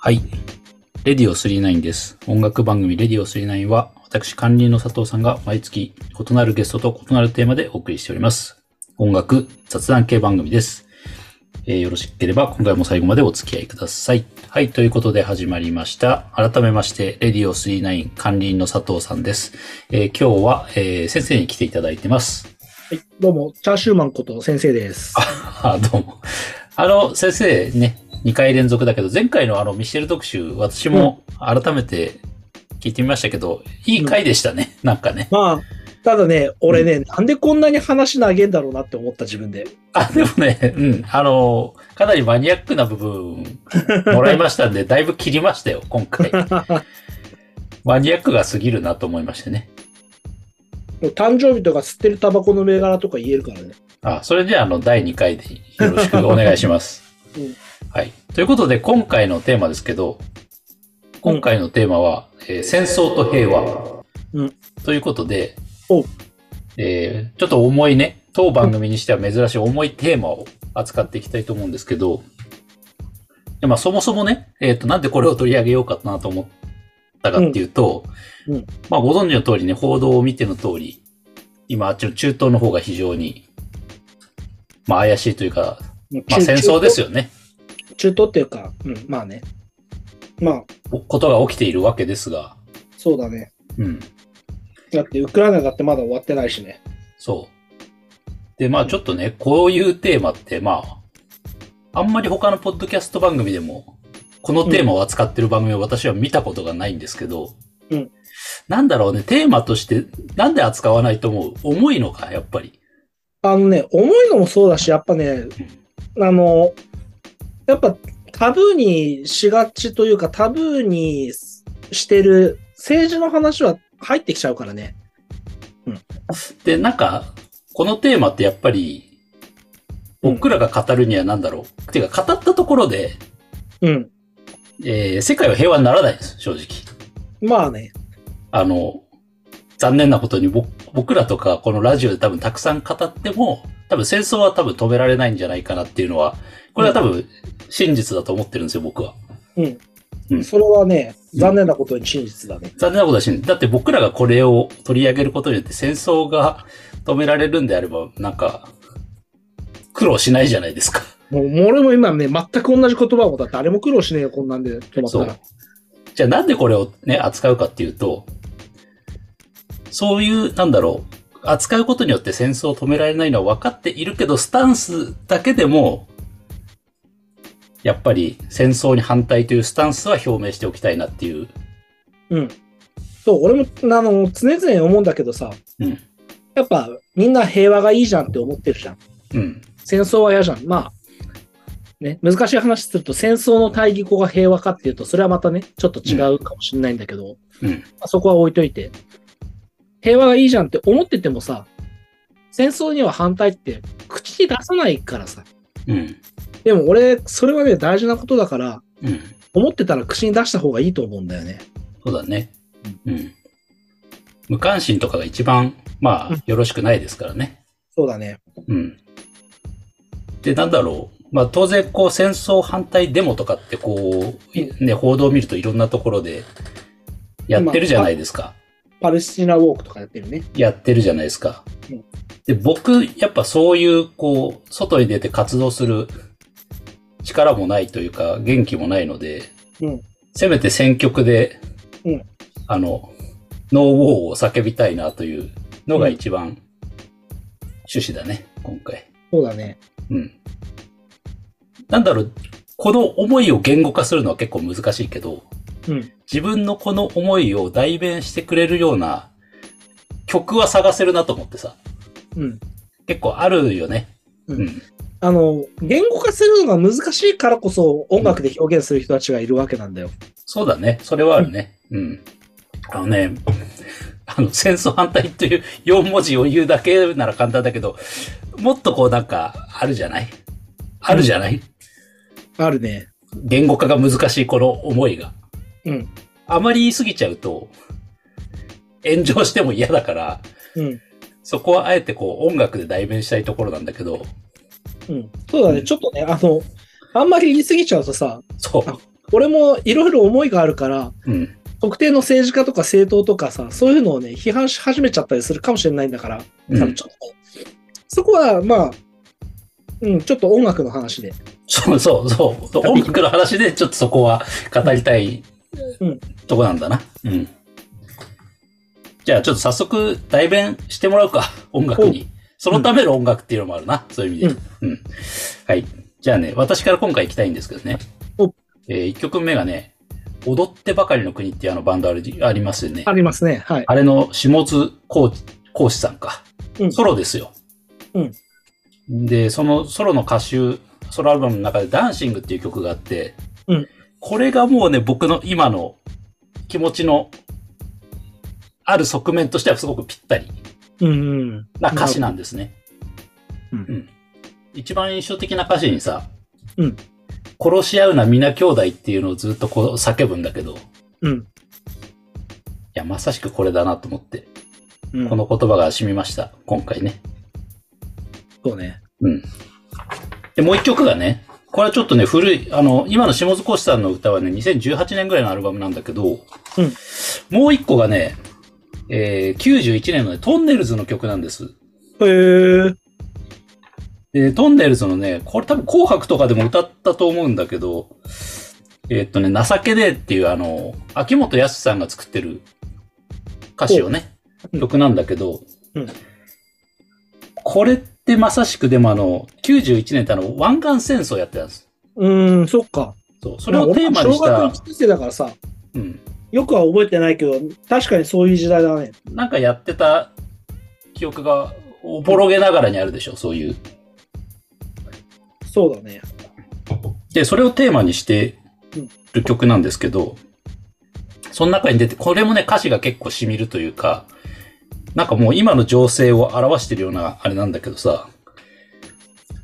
はい。レディオ39です。音楽番組レディオ39は、私管理人の佐藤さんが毎月異なるゲストと異なるテーマでお送りしております。音楽雑談系番組です。えーよろしければ今回も最後までお付き合いください。はい。ということで始まりました。改めまして、レディオ39管理人の佐藤さんです。えー今日は、えー先生に来ていただいてます。はい、どうも、チャーシューマンこと先生です。 あ、どうも。あの、先生ね、2回連続だけど、前回のあの、ミシェル特集、私も改めて聞いてみましたけど、いい回でしたね、なんかね。まあ、ただね、俺ね、なんでこんなに話投げんだろうなって思った自分で。あ、でもね、うん、あの、かなりマニアックな部分、もらいましたんで、だいぶ切りましたよ、今回。マニアックが過ぎるなと思いましてね。もう誕生日とか吸ってるタバコの銘柄とか言えるからね。あ、それじゃあ、あの、第2回でよろしくお願いします。 うんはい。ということで、今回のテーマですけど、今回のテーマは、えー戦争と平和。うんということでおう、えーちょっと重いね、当番組にしては珍しい重いテーマを扱っていきたいと思うんですけど、でまあ、そもそもね、えっ、と、なんでこれを取り上げようかなと思ったかっていうと、うんうんまあ、ご存知の通りね、報道を見ての通り、今、あっちの中東の方が非常に、まあ、怪しいというか、まあ、戦争ですよ。よね。中東っていうか、うん、まあね。まあ、ことが起きているわけですが、そうだね。うん、だって、ウクライナだってまだ終わってないしね。そう。で、まあちょっとね、こういうテーマって、まあ、あんまり他のポッドキャスト番組でも、このテーマを扱ってる番組を私は見たことがないんですけど、うんなんだろうね、テーマとして、なんで扱わないと思う重いのか、やっぱり。あのね、重いのもそうだし、やっぱね、あの、やっぱタブーにしがちというか、タブーにしてる政治の話は入ってきちゃうからね。で、なんか、このテーマってやっぱり、うん僕らが語るには何だろう、ていうか、語ったところで、うん。えー世界は平和にならないです、正直。まあね。あの、残念なことに僕僕らとかこのラジオで多分たくさん語っても、多分戦争は多分止められないんじゃないかなっていうのは、これは多分真実だと思ってるんですよ、僕は。うん。うんそれはね、うん残念なことに真実だね。残念なことだし、だって僕らがこれを取り上げることによって戦争が止められるんであれば、なんか、苦労しないじゃないですか。もうもう俺も今ね、全く同じ言葉をだって誰も苦労しねえよ、こんなんで止まったそうら。。じゃあなんでこれをね、扱うかっていうと、そういう、なんだろう、扱うことによって戦争を止められないのは分かっているけど、スタンスだけでも、やっぱり戦争に反対というスタンスは表明しておきたいなっていう。うん。そう、俺も、あの、常々思うんだけどさ、うん。やっぱみんな平和がいいじゃんって思ってるじゃん。うん。戦争は嫌じゃん。まあ、ね、難しい話すると戦争の対義語が平和かっていうと、それはまたね、ちょっと違うかもしれないんだけど、うん。まあそこは置いといて、平和がいいじゃんって思っててもさ、戦争には反対って口に出さないからさ。うん。でも俺、それはね、大事なことだから、うん。思ってたら口に出した方がいいと思うんだよね。そうだね。うん。無関心とかが一番、まうあん、よろしくないですからね。そうだね。うん。で、なんだろう。まあ当然、こう戦争反対デモとかってこう、いね、報道を見るといろんなところでやってるじゃないですか。パレスチナウォークとかやってるね。やってるじゃないですかうん。で、僕、やっぱそういう、こう、外に出て活動する力もないというか、元気もないので、うんせめて選曲で、うんあの、ノーウォーを叫びたいなというのが一番趣旨だね、今回。そうだね。うん。なんだろう、この思いを言語化するのは結構難しいけど、うん。自分のこの思いを代弁してくれるような曲は探せるなと思ってさ、うん。結構あるよね。うんうん。あの、言語化するのが難しいからこそ音楽で表現する人たちがいるわけなんだよ。そうだね。それはあるね。うん。あのね、あの、戦争反対という4文字を言うだけなら簡単だけど、もっとこうなんか、あるじゃないあるじゃない、あるね。言語化が難しいこの思いが。うん。あまり言い過ぎちゃうと、炎上しても嫌だから、うん。そこはあえてこう音楽で代弁したいところなんだけど、うん。そうだね。うんちょっとね、あの、あんまり言い過ぎちゃうとさ、そあう。俺もいろいろ思いがあるから、うん。特定の政治家とか政党とかさ、そういうのをね、批判し始めちゃったりするかもしれないんだから、うあのんちょっと、そこは、まあ、うん、ちょっと音楽の話で。そうそうそう。音楽の話でちょっとそこは語りたいうんとこなんだな。うん。じゃあちょっと早速代弁してもらうか。音楽に。そのための音楽っていうのもあるな。そういう意味で。うん。はい。じゃあね、私から今回行きたいんですけどねお。えー、1曲目がね、踊ってばかりの国っていうあのバンドあるありますよね。ありますね。はい。あれの下津講師講師さんか。うんソロですよ。うんで、そのソロの歌集、ソロアルバムの中でダンシングっていう曲があって、うんこれがもうね、僕の今の気持ちのある側面としてはすごくぴったりうんうん。な歌詞なんですね。なるほど一番印象的な歌詞にさ、うん殺し合うな皆兄弟っていうのをずっとこう叫ぶんだけど、いうん。や、まさしくこれだなと思って、うん、この言葉が染みました、今回ね。そうね。うん。で、もう一曲がね、これはちょっとね、古い、あの、今の下津越さんの歌はね、2018年ぐらいのアルバムなんだけど、うんもう一個がね、えー91年のね、トンネルズの曲なんです。へえ。で、トンネルズのね、これ多分紅白とかでも歌ったと思うんだけど、えーっとね、情けでっていうあの、秋元康さんが作ってる歌詞をねおう、ん曲なんだけど、うんこれってまさしくでもあの、91年ってあの、湾岸戦争やってたんです。うん、そっか。そう、それをテーマにしまあ俺は小た学、1年生だからさ、うん、よくは覚えてないけど、確かにそういう時代だね。なんかやってた記憶がおぼろげながらにあるでしょ、そういう。そうだね。で、それをテーマにしてる曲なんですけど、その中に出て、これもね、歌詞が結構染みるというか、なんかもう今の情勢を表してるようなあれなんだけどさ、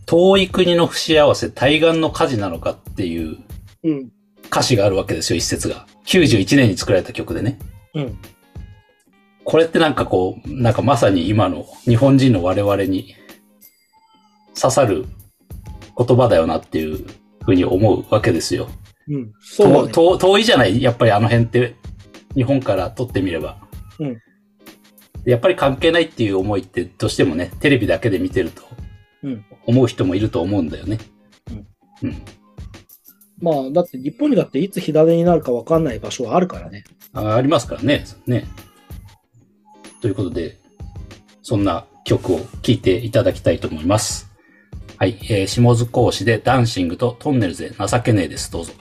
遠い国の不幸せ、対岸の火事なのかっていううん。歌詞があるわけですよ、一節が。91年に作られた曲でね。うん。これってなんかこう、なんかまさに今の日本人の我々に刺さる言葉だよなっていうふうに思うわけですよ。うん。そうだね。遠遠いじゃないやっぱりあの辺って日本から撮ってみれば、うんやっぱり関係ないっていう思いってどうしてもねテレビだけで見てるとうん思う人もいると思うんだよね、うんまあ、だって日本にだっていつ火種になるか分かんない場所はあるからね。あありますからねねということでそんな曲を聴いていただきたいと思いますはい、えー、下津講師でダンシングとトンネルズで情けねえですどうぞ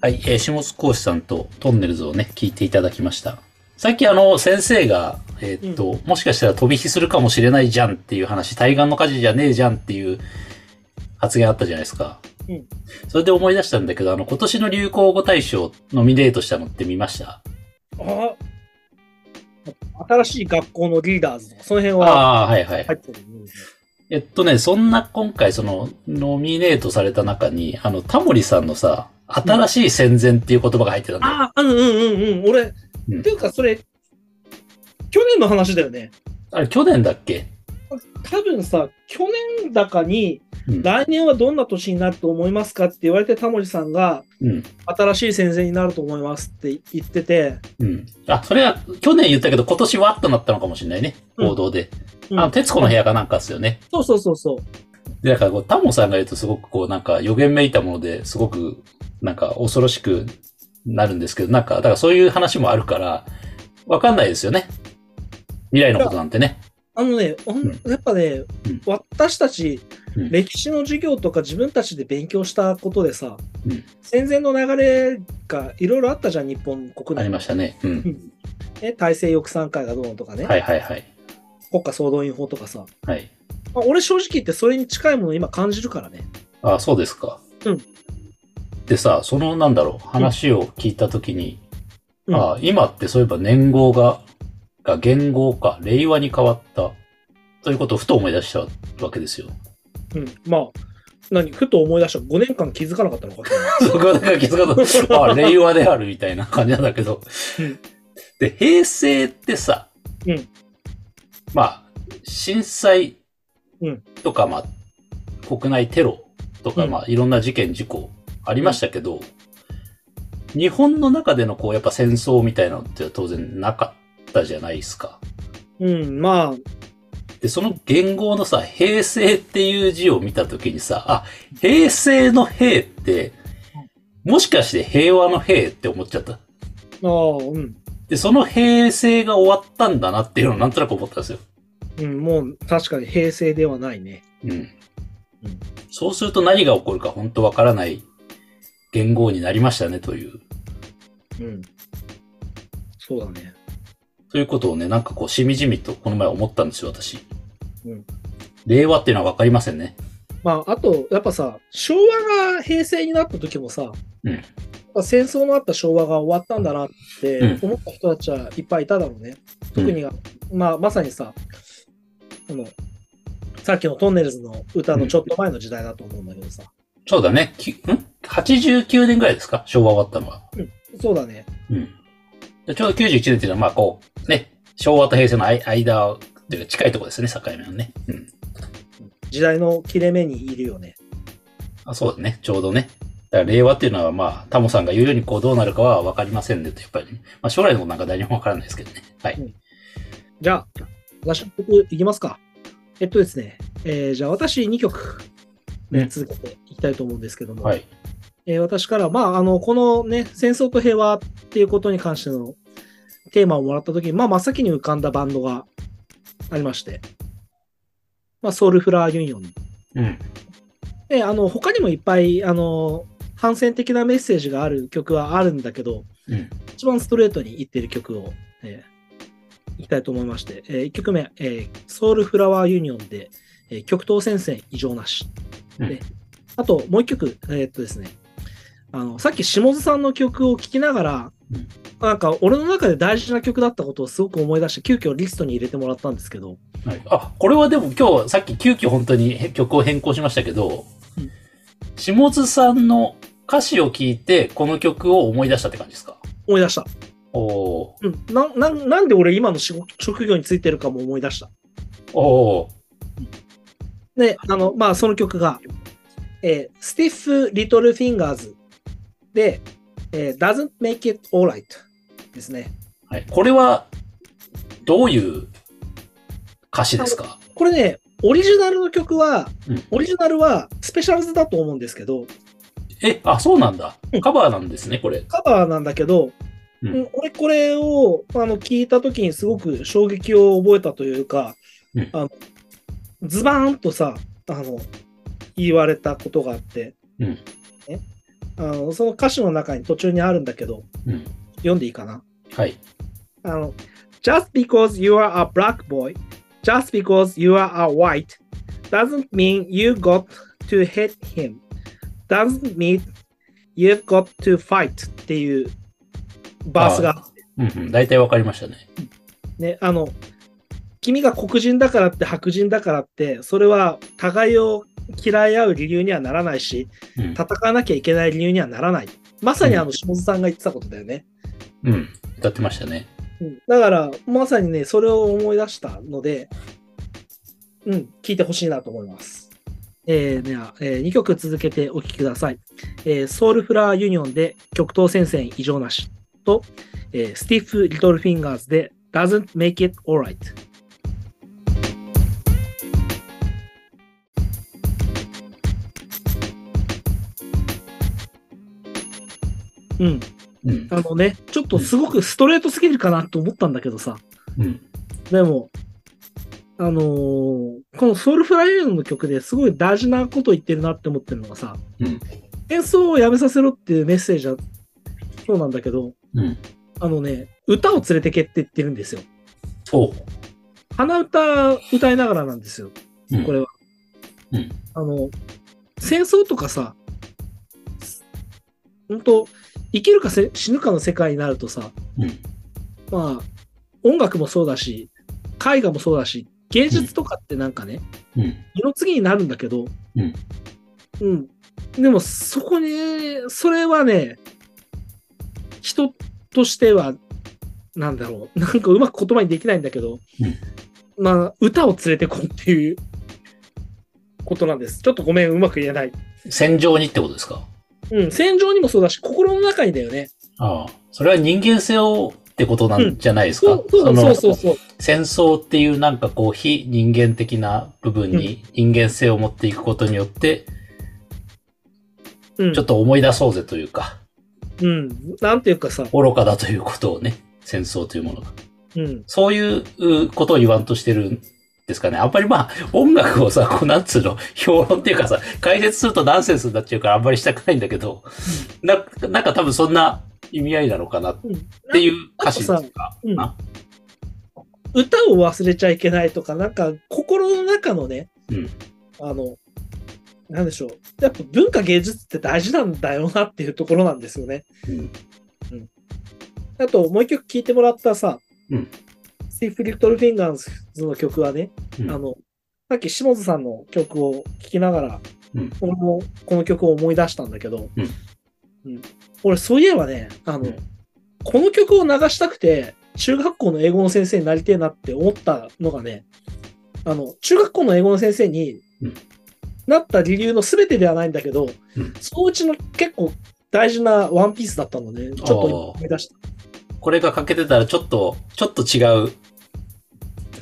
はい、えー、下津講師さんとトンネルズをね、聞いていただきました。さっきあの、先生が、えーっと、もしかしたら飛び火するかもしれないじゃんっていう話、対岸の火事じゃねえじゃんっていう発言あったじゃないですか。うんそれで思い出したんだけど、あの、今年の流行語大賞ノミネートしたのって見ましたあ新しい学校のリーダーズとか、その辺はああー、はいはい。入ってるね、えっとね、そんな今回その、ノミネートされた中に、あの、タモリさんのさ、新しい戦前っていう言葉が入ってたんだよ。ああ、うんうんうんうん。俺、うんっていうかそれ、去年の話だよね。あれ、去年だっけ多分さ、去年だかに、うん。来年はどんな年になると思いますかって言われてタモリさんが、うん。新しい戦前になると思いますって言ってて、うん。あ、それは去年言ったけど、今年はっとなったのかもしれないね。うん報道で。うんあの、徹子の部屋かなんかっすよね。そうそうそうそう。で、だからこう、タモさんが言うとすごくこう、なんか予言めいたものですごく、なんか恐ろしくなるんですけど、なんか、だからそういう話もあるから、わかんないですよね。未来のことなんてね。あのね、ほんうんやっぱね、うん私たち、うん歴史の授業とか自分たちで勉強したことでさ、うん戦前の流れがいろいろあったじゃん、日本国あり内ましたね。うん。ね、体制抑散会がどうのとかね、はいはいはい。国家総動員法とかさ、はい。まあ、俺正直言ってそれに近いものを今感じるからね。あ、そうですか。うんでさ、その、なんだろう、話を聞いたときに、うんあ今ってそういえば年号が、が元号か、令和に変わった、ということをふと思い出したわけですよ。うん、まあ、何、ふと思い出した5年間気づかなかったのか。 そこがなんか気づかなあ、令和であるみたいな感じなんだけどうん。で、平成ってさ、うんまあ、震災うんとか、まあ、国内テロとか、うんまあ、いろんな事件、事故ありましたけど、日本の中でのこう、やっぱ戦争みたいなのって当然なかったじゃないですか。 うん、まあ、で、その言語のさ、平成っていう字を見たときにさ、あ、平成の平って、もしかして平和の平って思っちゃった。ああ、うん、で、その平成が終わったんだなっていうのをなんとなく思ったんですよ。うん、もう確かに平成ではないね。うんうん。そうすると何が起こるか本当わからない言語になりましたねという、うん。そうだね。ということをね、なんかこう、しみじみとこの前思ったんですよ、私。うん令和っていうのはわかりませんね。まあ、あと、やっぱさ、昭和が平成になった時もさ、うんやっぱ戦争のあった昭和が終わったんだなってうん思った人たちはいっぱいいただろうね。特にが、まあ、まさにさ、この、さっきのトンネルズの歌のちょっと前の時代だと思うんだけどさ、そうだね。きん ?89 年ぐらいですか昭和終わったのは。そうだね。うん。でちょうど91年っていうのは、まあこう、ね、昭和と平成のあい間というか近いところですね、境目のね。うん。時代の切れ目にいるよね。あそうだね、ちょうどね。だから令和っていうのは、まあ、タモさんが言うようにこうどうなるかはわかりませんねと、やっぱり、ね。まあ将来のことなんか誰にもわからないですけどね。はい。じゃあ、私の曲いきますか。えっとですね、えーじゃあ私2曲、ねうん続けていきたいと思うんですけども、はい。えー私から、まあ、あの、このね、戦争と平和っていうことに関してのテーマをもらったときに、まあ、真っ先に浮かんだバンドがありまして、まあ、ソウルフラーユニオン。うん。で、あの、他にもいっぱい、あの、反戦的なメッセージがある曲はあるんだけど、うん。一番ストレートに言ってる曲を、えーいきたいと思いまして、え1曲目、えーソウルフラワーユニオンで、えー極東戦線異常なし。うんであともう1曲、えーっとですね、あのさっき下津さんの曲を聴きながら、うんなんか俺の中で大事な曲だったことをすごく思い出して、急遽リストに入れてもらったんですけど、はい、あ、これはでも今日、さっき急遽本当にへ曲を変更しましたけど、うん下津さんの歌詞を聞いて、この曲を思い出したって感じですか思い出した。おー。うん、ななんなんで俺今の仕事職業についてるかも思い出した。おー。で、あの、まあ、その曲が、えー、Stiff Little Fingers で、えー Doesn't Make It Alright ですね。はい。これは、どういう歌詞ですかこれね、オリジナルの曲はうん、オリジナルはスペシャルズだと思うんですけど、え、あ、そうなんだ。カバーなんですね、これ。カバーなんだけど、ううんん、俺これをあの聞いた時にすごく衝撃を覚えたというか、うんあのズバーンとさあの言われたことがあって、うんね、あのその歌詞の中に途中にあるんだけどうん。読んでいいかなはい。あの、just because you are a black boy, just because you are a white, doesn't mean you got to hate him, doesn't mean you've got to fight っていうバースが、うんうん。大体わかりましたね。ね、あの、君が黒人だからって白人だからって、それは互いを嫌い合う理由にはならないし、うん。戦わなきゃいけない理由にはならない。まさにあの、下津さんが言ってたことだよね。うん。歌ってましたね。うんだから、まさにね、それを思い出したので、うん、聞いてほしいなと思います。えー、では、え2曲続けてお聴きください。えーソウルフラワーユニオンで極東戦線異常なしと、えー、スティッフ・リトル・フィンガーズで Doesn't Make It Alright。うん、うん。あのね、ちょっとすごくストレートすぎるかなと思ったんだけどさ、うん。でも、あのーこのソウルフライユーの曲ですごい大事なこと言ってるなって思ってるのがさ、うん演奏をやめさせろっていうメッセージはそうなんだけど、うん。あのね、歌を連れてけって言ってるんですよ。おう。鼻歌歌いながらなんですよ、うん、これは。うん。あの、戦争とかさ、本当生きるかせ死ぬかの世界になるとさ、うん。まあ、音楽もそうだし、絵画もそうだし、芸術とかってなんかね、うん。二の次になるんだけど、うん。うん。でも、そこに、それはね、人としては、なんだろう、なんかうまく言葉にできないんだけど、うんまあ、歌を連れてこうっていうことなんです。ちょっとごめん、うまく言えない。戦場にってことですかうん、戦場にもそうだし、心の中にだよね。ああ。それは人間性をってことなんじゃないですか、そうそうのそうそうそう。戦争っていうなんかこう非人間的な部分に人間性を持っていくことによって、うん、ちょっと思い出そうぜというか、うん、なんていうかさ、愚かだということをね、戦争というものが。うん、そういううことを言わんとしてるんですかね。あんまりまあ、音楽をさ、こうなんつうの、評論っていうかさ、解説するとナンセンスになっちゃうからあんまりしたくないんだけど、ななんか多分そんな意味合いなのかなっうんていう歌詞ですか。うんあ歌を忘れちゃいけないとか、なんか心の中のね、うんあの、なんでしょう。やっぱ文化芸術って大事なんだよなっていうところなんですよね。うんあと、もう一曲聴いてもらったさ、うんスティーフ・リトル・フィンガーズの曲はね、うんあの、さっき下津さんの曲を聴きながら、うん俺もこの曲を思い出したんだけど、うんうん俺そういえばね、あの、うんこの曲を流したくて、中学校の英語の先生になりてえなって思ったのがね、あの、中学校の英語の先生にうんなった理由の全てではないんだけど、うんそのうちの結構大事なワンピースだったので、ね、ちょっと今思い出した。これが欠けてたらちょっと、ちょっと違う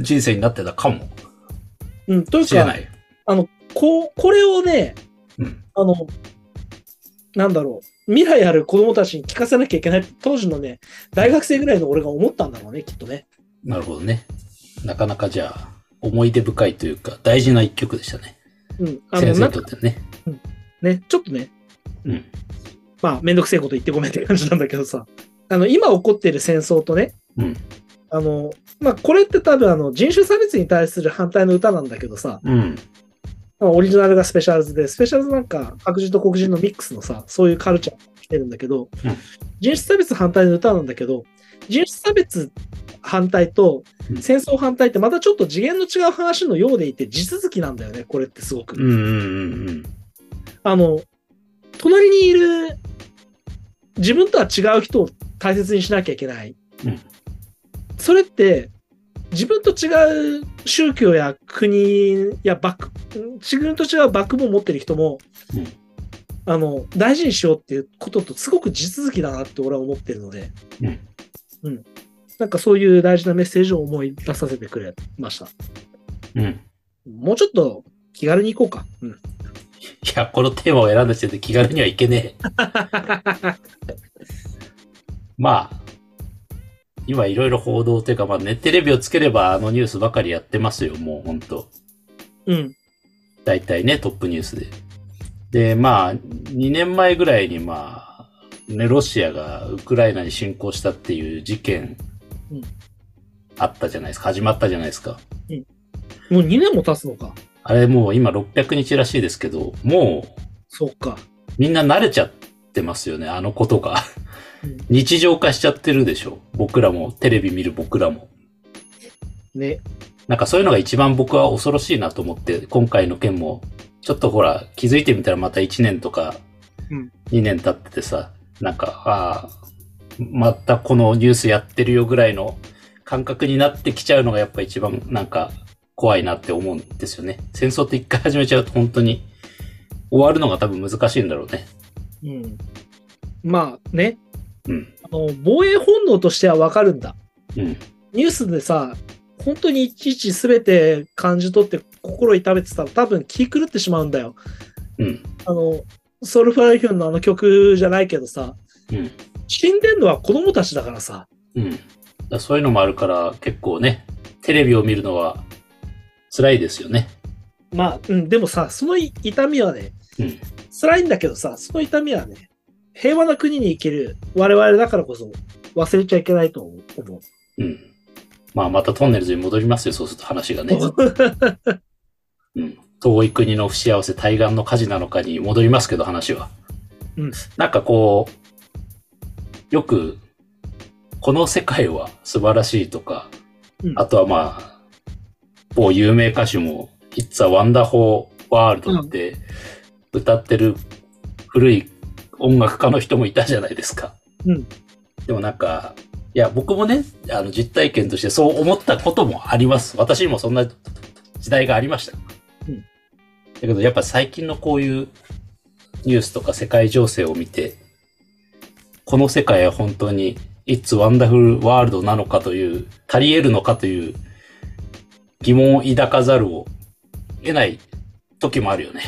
人生になってたかもうん、というしれかな、い。こう、これをね、うんあの、なんだろう、未来ある子供たちに聞かせなきゃいけないって当時のね、大学生ぐらいの俺が思ったんだろうね、きっとね。なるほどね。なかなかじゃあ、思い出深いというか、大事な一曲でしたね。うん、あの、先生なにとってね。ね、ちょっとね、うん。まあ、めんどくせえこと言ってごめんって感じなんだけどさ、あの、今起こってる戦争とね、うん。あの、まあ、これって多分あの、人種差別に対する反対の歌なんだけどさ、うん。まあオリジナルがスペシャルズで、スペシャルズなんか白人と黒人のミックスのさ、そういうカルチャーが来てるんだけど、うん人種差別反対の歌なんだけど、人種差別反対とうん戦争反対ってまたちょっと次元の違う話のようでいて地続きなんだよね、これってすごく。うんうんうんうん。あの、隣にいる自分とは違う人を大切にしなきゃいけない。うんそれって、自分と違う宗教や国やバック、自分と違うバックボーン持ってる人も、うんあの、大事にしようっていうこととすごく地続きだなって俺は思ってるので、うんなんかそういう大事なメッセージを思い出させてくれました。うん。いもうちょっと気軽に行こうか。うん や、このテーマを選んだ時点で気軽にはいけねえ。まあ、今いろいろ報道というか、まあ、ネットレビューをつければあのニュースばかりやってますよ、もうほんと。うん。大体ね、トップニュースで。で、まあ、2年前ぐらいに、まあ、ね、ロシアがウクライナに侵攻したっていう事件うん、あったじゃないですか、始まったじゃないですか。もう2年も経つのか。あれもう今600日らしいですけど、もうそうか。みんな慣れちゃってますよね、あのことがうん。日常化しちゃってるでしょ。僕らも、テレビ見る僕らも。ね。なんかそういうのが一番僕は恐ろしいなと思って、今回の件も、ちょっとほら、気づいてみたらまた1年とかうん、 2年経っててさ、なんか、ああ、またこのニュースやってるよぐらいの感覚になってきちゃうのがやっぱ一番なんか怖いなって思うんですよね。戦争って一回始めちゃうと本当に終わるのが多分難しいんだろうね。うん。まあね、うん。あの防衛本能としてはわかるんだ。うん。ニュースでさ、本当にいちいち全て感じ取って心痛めてたら多分気狂ってしまうんだよ。うん。あの、ソウルファイヒョンのあの曲じゃないけどさ、うん。死んでんのは子供たちだからさ、うん。だからそういうのもあるから結構ね、テレビを見るのは辛いですよね。まあ、うん、でもさ、その痛みはね、うん。辛いんだけどさ、その痛みはね、平和な国に行ける我々だからこそ忘れちゃいけないと思う。うん。まあ、またトンネルズに戻りますよ、そうすると話がね。うん。遠い国の不幸せ、対岸の火事なのかに戻りますけど、話は。うん。なんかこう、よく、この世界は素晴らしいとか、うんあとはまあ、某有名歌手も、It's a Wonderful World って歌ってる古い音楽家の人もいたじゃないですか。うんでもなんか、いや、僕もね、あの、実体験としてそう思ったこともあります。私にもそんな時代がありました。うんだけど、やっぱ最近のこういうニュースとか世界情勢を見て、この世界は本当に It's Wonderful World なのかという、足り得るのかという疑問を抱かざるを得ない時もあるよね。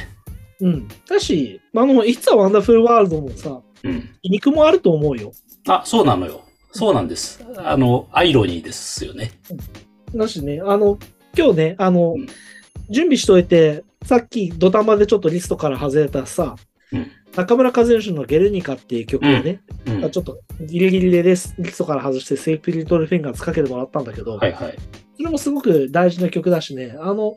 うん。だし、あの、いつはワンダフルワールドもさ、うん。皮肉もあると思うよ。あ、そうなのよ。そうなんです。あの、アイロニーですよね。だしね、あの、今日ね、あの、うん準備しといて、さっき土壇場でちょっとリストから外れたさ、うん中村和義のゲルニカっていう曲をね、うん。ちょっとギリギリでレスリストから外して、セープリトルフィンガーズかけてもらったんだけど、はいはい。それもすごく大事な曲だしね、あの、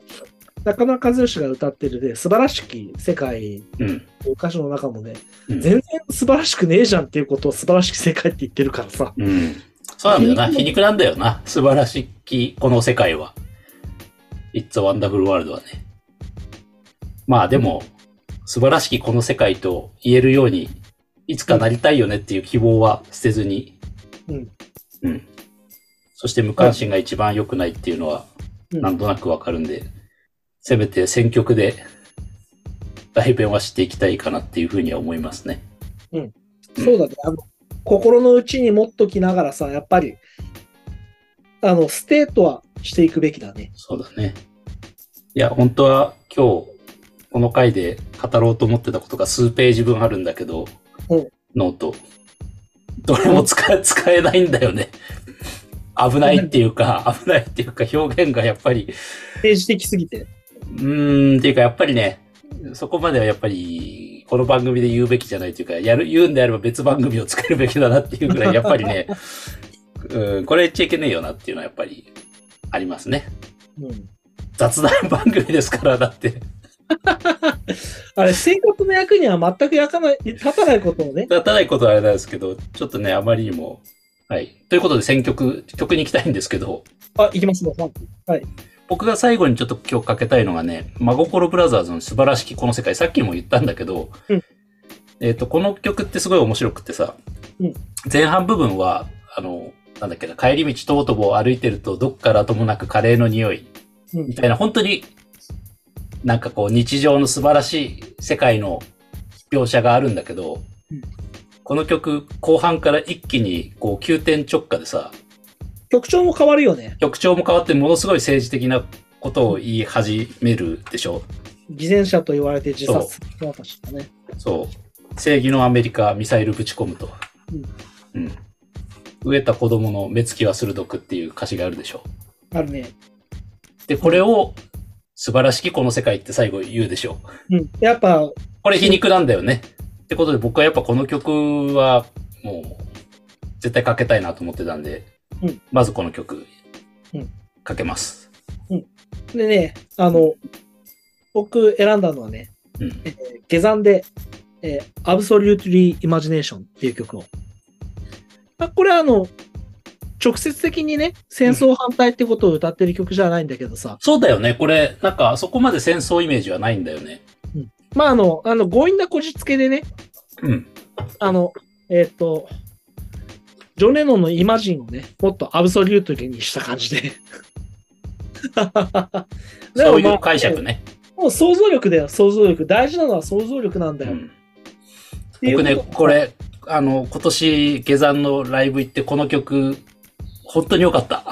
中村和義が歌ってるで、素晴らしき世界うん。の歌詞の中もね、うん全然素晴らしくねえじゃんっていうことを素晴らしき世界って言ってるからさ、うん。そうなんだよな。皮肉なんだよな。素晴らしき、この世界は。It's a Wonderful World はね。まあでも、素晴らしきこの世界と言えるように、いつかなりたいよねっていう希望は捨てずに。うん。うん。そして無関心が一番良くないっていうのは、うんなんとなくわかるんで、せめて選曲で、代弁はしていきたいかなっていうふうには思いますね。そうだね。あの心の内に持っときながらさ、やっぱり、あの、ステートはしていくべきだね。そうだね。いや、本当は今日、この回で語ろうと思ってたことが数ページ分あるんだけど、うんノート。どれも使え、使えないんだよね。危ないっていうか、危ないっていうか、表現がやっぱり、政治的すぎて。うーん、っていうかやっぱりね、そこまではやっぱり、この番組で言うべきじゃないというか、やる、言うんであれば別番組を作るべきだなっていうぐらい、やっぱりね、 うん、これ言っちゃいけねえよなっていうのはやっぱり、ありますね。うん。雑談番組ですから、だって。あれ、生活の役には全く役ない立たないことをね。立たないことはあれなんですけど、ちょっとね、あまりにも。はい。ということで、選曲、曲に行きたいんですけど、あ、いきますよ。はい。僕が最後にちょっと今日かけたいのがね、真心ブラザーズの素晴らしきこの世界、さっきも言ったんだけど、うんえっ、と、この曲ってすごい面白くてさ、うん前半部分は、あの、なんだっけな、帰り道とぼとぼ歩いてると、どっからともなくカレーの匂い、うんみたいな、本当に、なんかこう、日常の素晴らしい世界の描写があるんだけど、うんこの曲、後半から一気に、こう、急転直下でさ、曲調も変わるよね。曲調も変わって、ものすごい政治的なことを言い始めるでしょ。偽善者と言われて自殺する人たちがね。そう。正義のアメリカ、ミサイルぶち込むと。うん。飢えた子供の目つきは鋭くっていう歌詞があるでしょ。あるね。で、これを、素晴らしきこの世界って最後言うでしょ。うん。やっぱ、これ皮肉なんだよね。ってことで僕はやっぱこの曲はもう絶対かけたいなと思ってたんで、うんまずこの曲うんかけます。でね、あの、僕選んだのはね、うん。下山で、えー、Absolutely Imagination っていう曲を。まあ、これはあの、直接的にね、戦争反対ってことを歌ってる曲じゃないんだけどさ、そうだよね。これ、なんかそこまで戦争イメージはないんだよね。まああの、あの強引なこじつけでね、うん。あの、えーっ、と、ジョン・レノンのイマジンをね、もっとアブソリュートリーにした感じで。 そういう解釈ね。もう想像力だよ、想像力。大事なのは想像力なんだうよ。ん。っていう僕とね、こ。れ、あの、今年下山のライブ行ってこの曲、本当に良かった。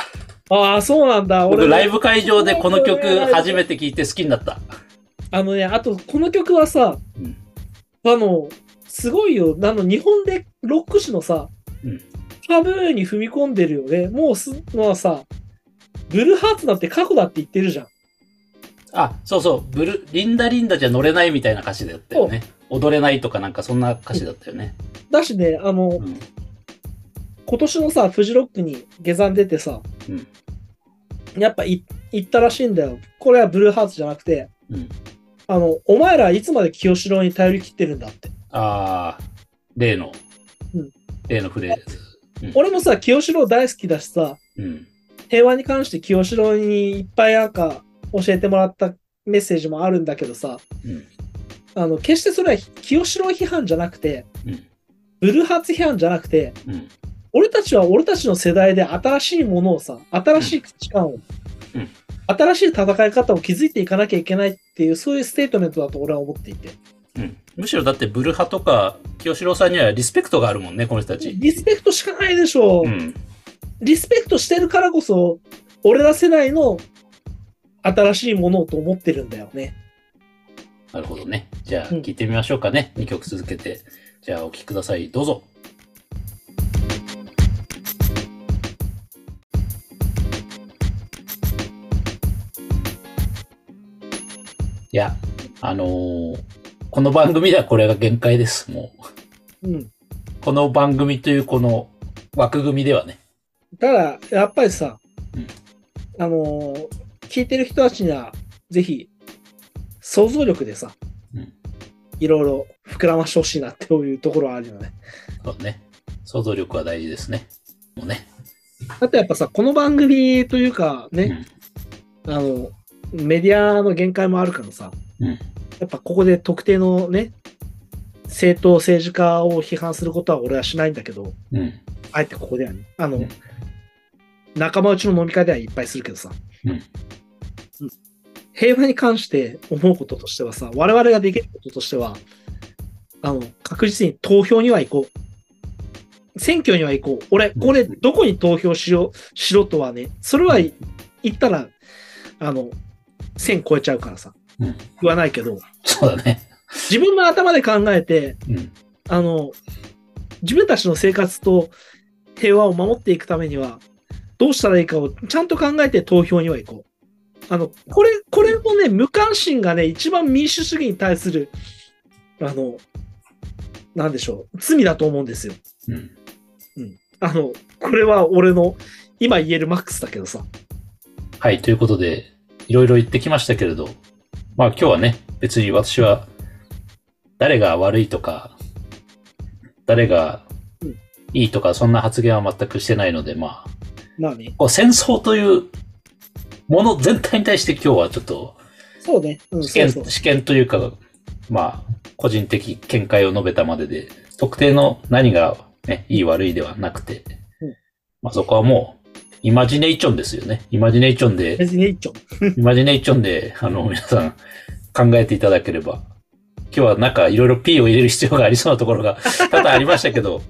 ああ、そうなんだ。僕俺、ライブ会場でこの曲初めて聴いて好きになった。あのね、あと、この曲はさ、うんあの、すごいよ。あの、日本でロック史のさ、うんタブーに踏み込んでるよね。もうす、まあさ、ブルーハーツなんて過去だって言ってるじゃん。あ、そうそう、ブル、リンダリンダじゃ乗れないみたいな歌詞だったよね。踊れないとかなんかそんな歌詞だったよね。だしね、あの、うん。今年のさ、フジロックに下山出てさ、うんやっぱい行ったらしいんだよ。これはブルーハーツじゃなくて、うん、あの、お前らいつまで清志郎に頼り切ってるんだって。ああ、例の、うん例のフレーズ。俺もさ、清志郎大好きだしさ、うん。平和に関して清志郎にいっぱいなんか教えてもらったメッセージもあるんだけどさ、うん。あの、決してそれは清志郎批判じゃなくて、うん。ブルーハーツ批判じゃなくて、うん。俺たちは俺たちの世代で新しいものをさ、新しい価値観を、うん新しい戦い方を築いていかなきゃいけないっていう、そういうステートメントだと俺は思っていて。うん、むしろだってブルハとか清志郎さんにはリスペクトがあるもんねこの人たち、リスペクトしかないでしょうう。ん、リスペクトしてるからこそ、俺ら世代の新しいものをと思ってるんだよね。なるほどねじゃあうん聞いてみましょうかね、2曲続けてじゃあお聴きくださいどうぞいやあのーこの番組ではこれが限界ですもううん。この番組というこの枠組みではねただ、やっぱりさうん、あのー聞いてる人たちには、ぜひ、想像力でさ、うんいろいろ膨らましてほしいなっていうところはあるよね。そうね想像力は大事ですねもうねあとやっぱさ、この番組というかね、あの、メディアの限界もあるからさ、うんやっぱここで特定のね、政党、政治家を批判することは俺はしないんだけど、うん。あえてここではね、あの、うん仲間内の飲み会ではいっぱいするけどさ、うんうん平和に関して思うこととしてはさ、我々ができることとしては、あの、確実に投票には行こう。選挙には行こう。俺、これ、どこに投票しよう、しろとはね、それは言ったら、あの、1000超えちゃうからさ、うん言わないけど、そうだね。自分の頭で考えて、うん。あの、自分たちの生活と平和を守っていくためには、どうしたらいいかをちゃんと考えて投票には行こう。あの、これ、これもね、無関心がね、一番民主主義に対する、あの、なんでしょう、罪だと思うんですよ。うん。あの、これは俺の、今言えるマックスだけどさ。はい、ということで、いろいろ言ってきましたけれど、まあ今日はね、別に私は、誰が悪いとか、誰がうんいいとか、そんな発言は全くしてないので、まあ、まあね。こう戦争というもの全体に対して今日はちょっとそうね。うん、試そ験、うそう。試験というか、まあ、個人的見解を述べたまでで、特定の何が、ね、いい悪いではなくて、うんまあそこはもう、イマジネーションですよね。イマジネーションで、 別に一丁。イマジネーションで、あの、皆さん考えていただければ。今日はなんかいろいろ P を入れる必要がありそうなところが多々ありましたけ ど、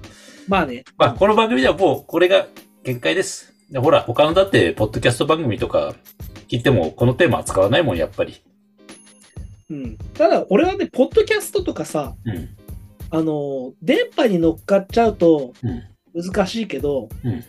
まあね。まあこの番組ではもうこれが限界です。でほら、他のだって、ポッドキャスト番組とか聞いてもこのテーマ扱わないもん、やっぱり。うん。ただ、俺はね、ポッドキャストとかさ、うん。あの、電波に乗っかっちゃうとうん難しいけど、うん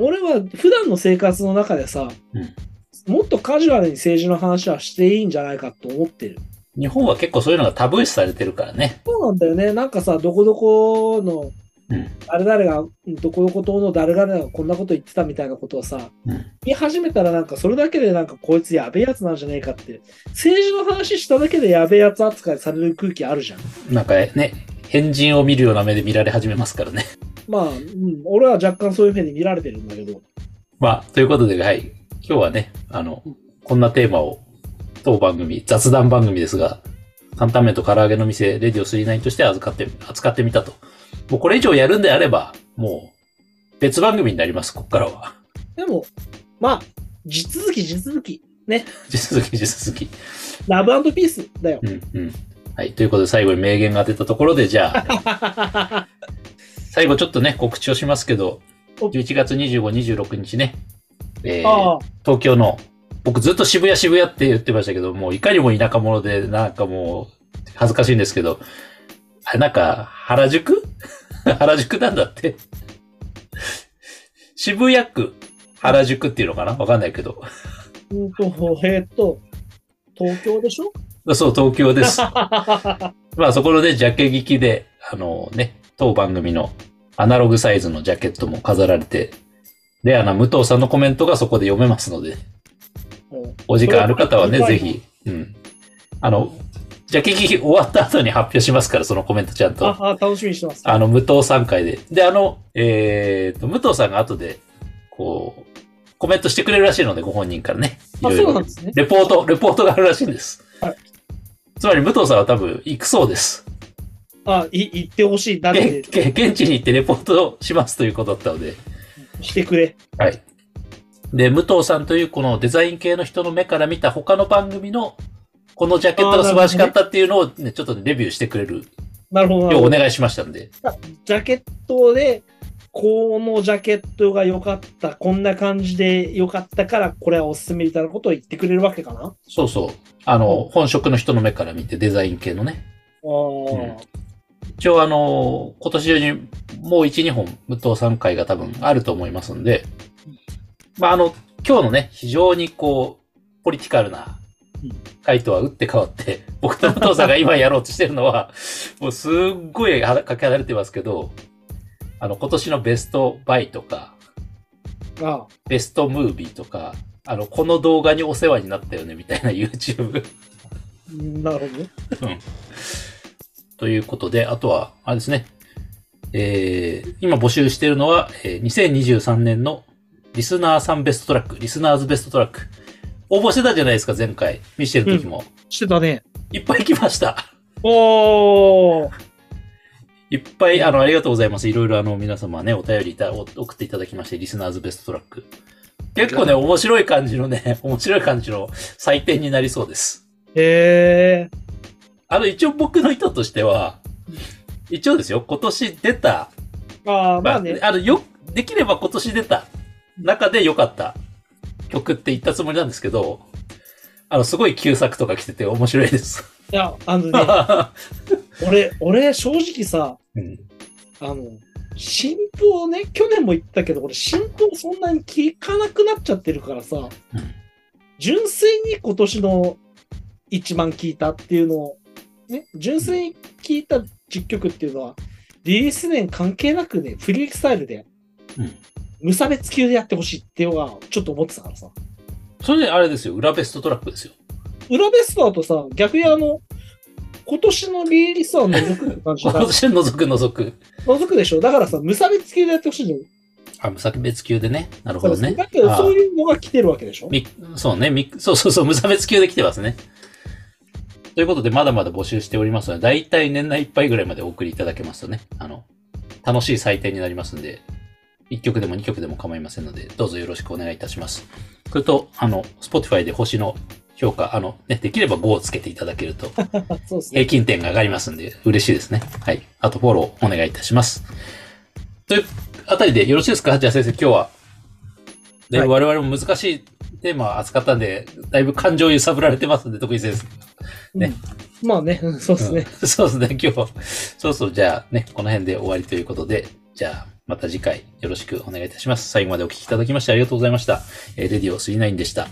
俺は普段の生活の中でさ、うんもっとカジュアルに政治の話はしていいんじゃないかと思ってる。日本は結構そういうのがタブー視されてるからね。そうなんだよね。なんかさ、どこどこのうん。誰々が、どこどこ党の誰々がこんなこと言ってたみたいなことをさ、うん言い始めたらなんかそれだけでなんかこいつやべえやつなんじゃねえかって、政治の話しただけでやべえやつ扱いされる空気あるじゃん。なんかね、変人を見るような目で見られ始めますからね。まあ、うん、俺は若干そういうふうに見られてるんだけど、まあ、ということで、はい。今日はね、あの、こんなテーマを、当番組、雑談番組ですが、担々麺と唐揚げの店、レディオ39として預かって、扱ってみたと。もうこれ以上やるんであれば、もう、別番組になります、ここからは。 でも、まあ、地続き地続き、地続き、地続き。ラブピースだよ。うん、うん。はい。ということで、最後に名言が出たところで、じゃあ、 最後ちょっとね、告知をしますけど、お11月25、26日ね、えーああ、東京の、僕ずっと渋谷渋谷って言ってましたけど、もういかにも田舎者で、なんかもう、恥ずかしいんですけど、あなんか、原宿 原宿なんだって。渋谷区、原宿っていうのかなわかんないけど。うんと、えーっと、東京でしょそう、東京 です。まあそこのね、ジャケ聞きで、あのね、当番組のアナログサイズのジャケットも飾られて、レアな武藤さんのコメントがそこで読めますので、もお時間ある方はね、それぜはひ、うん。あの、ジャケ聞き終わった後に発表しますから、そのコメントちゃんうと。ああ、楽しみにしてます。あの、武藤さん会で。で、あの、えーと、武藤さんが後で、こう、コメントしてくれるらしいので、ご本人からね。いあ、ろいそうなろん。ですね。レポート、レポートがあるらしいんですはい。つまり、武藤さんは多分、行くそうです。あ、い、言ってほしい。だっけて、け現地に行ってレポートをしますということだったので。してくれ。はい。で、武藤さんというこのデザイン系の人の目から見た他の番組のこのジャケットが素晴らしかったっていうのをね、ちょっとねレビューしてくれるなるほどなるようほおど。願いしましたんで。ジャケットで、このジャケットが良かった、こんな感じで良かったから、これはおすすめみたいなことを言ってくれるわけかな。あそうそう。あの、本職の人の目から見てデザイン系のね。ー一応あの、今年中にもう1、2本武藤さん会が多分あると思いますんで、まああの、今日のね、非常にこう、ポリティカルなうん回とは打って変わって、僕と武藤さんが今やろうとしてるのは、 もうすっごいはかけ離れてますけど、あの、今年のベストバイとか、あベストムービーとか、あの、この動画にお世話になったよね、みたいな YouTube。ー、なるほどね。ということで、あとは、あれですね。えー、今募集しているのは、えー2023年のリスナーさんベストトラック、リスナーズベストトラック。応募してたじゃないですか、前回。見してる時も。してたね。いっぱい来ました。おー。いっぱい、あの、ありがとうございます。いろいろあの、皆様ね、お便りいたお送っていただきまして、リスナーズベストトラック。結構ね、面白い感じのね、 面白い感じの採点になりそうです。へえ。あの、一応僕の意図としては、一応ですよ、今年出たあー、ままああね。あの、よ、できれば今年出た中で良かった曲って言ったつもりなんですけど、あの、すごい旧作とか来てて面白いです。いや、あのね、俺、俺、正直さ、うんあの、新譜をね、去年も言ったけど、俺、新譜をそんなに聞かなくなっちゃってるからさ、うん純粋に今年の一番聞いたっていうのを、ね、純粋に聞いた10曲っていうのは、リリース年関係なくね、フリースタイルで、うん無差別級でやってほしいっていうのは、ちょっと思ってたからさ。それであれですよ、裏ベストトラックですよ。裏ベストだとさ、逆にあの、今年のリリースは覗くって感じ今だ から、年覗く覗く。覗くでしょ。だからさ、無差別級でやってほしいのよ。あ、無差別級でね。なるほそうどですねね。だけど、あそういうのが来てるわけでしょ。みそうねみ、そうそうそう、無差別級で来てますね。ということで、まだまだ募集しておりますので、だいたい年内いっぱいぐらいまでお送りいただけますとね、あの、楽しい採点になりますんで、1曲でも2曲でも構いませんので、どうぞよろしくお願いいたします。それと、あの、Spotify で星の評価、あの、ね、できれば5をつけていただけると、 そうです平ね。均点が上がりますんで、嬉しいですね。はい。あと、フォローお願いいたします。というあたりでよろしいですかじゃあ先生、今日は。で、はい我々も難しいテーマを扱ったんで、だいぶ感情揺さぶられてますんで、徳井先生。ねまあね、うんそうですね。うんそうですね、今日は。そうそう、じゃあね、この辺で終わりということで、じゃあ、また次回よろしくお願いいたします。最後までお聞きいただきましてありがとうございました。えーレディオ39でした。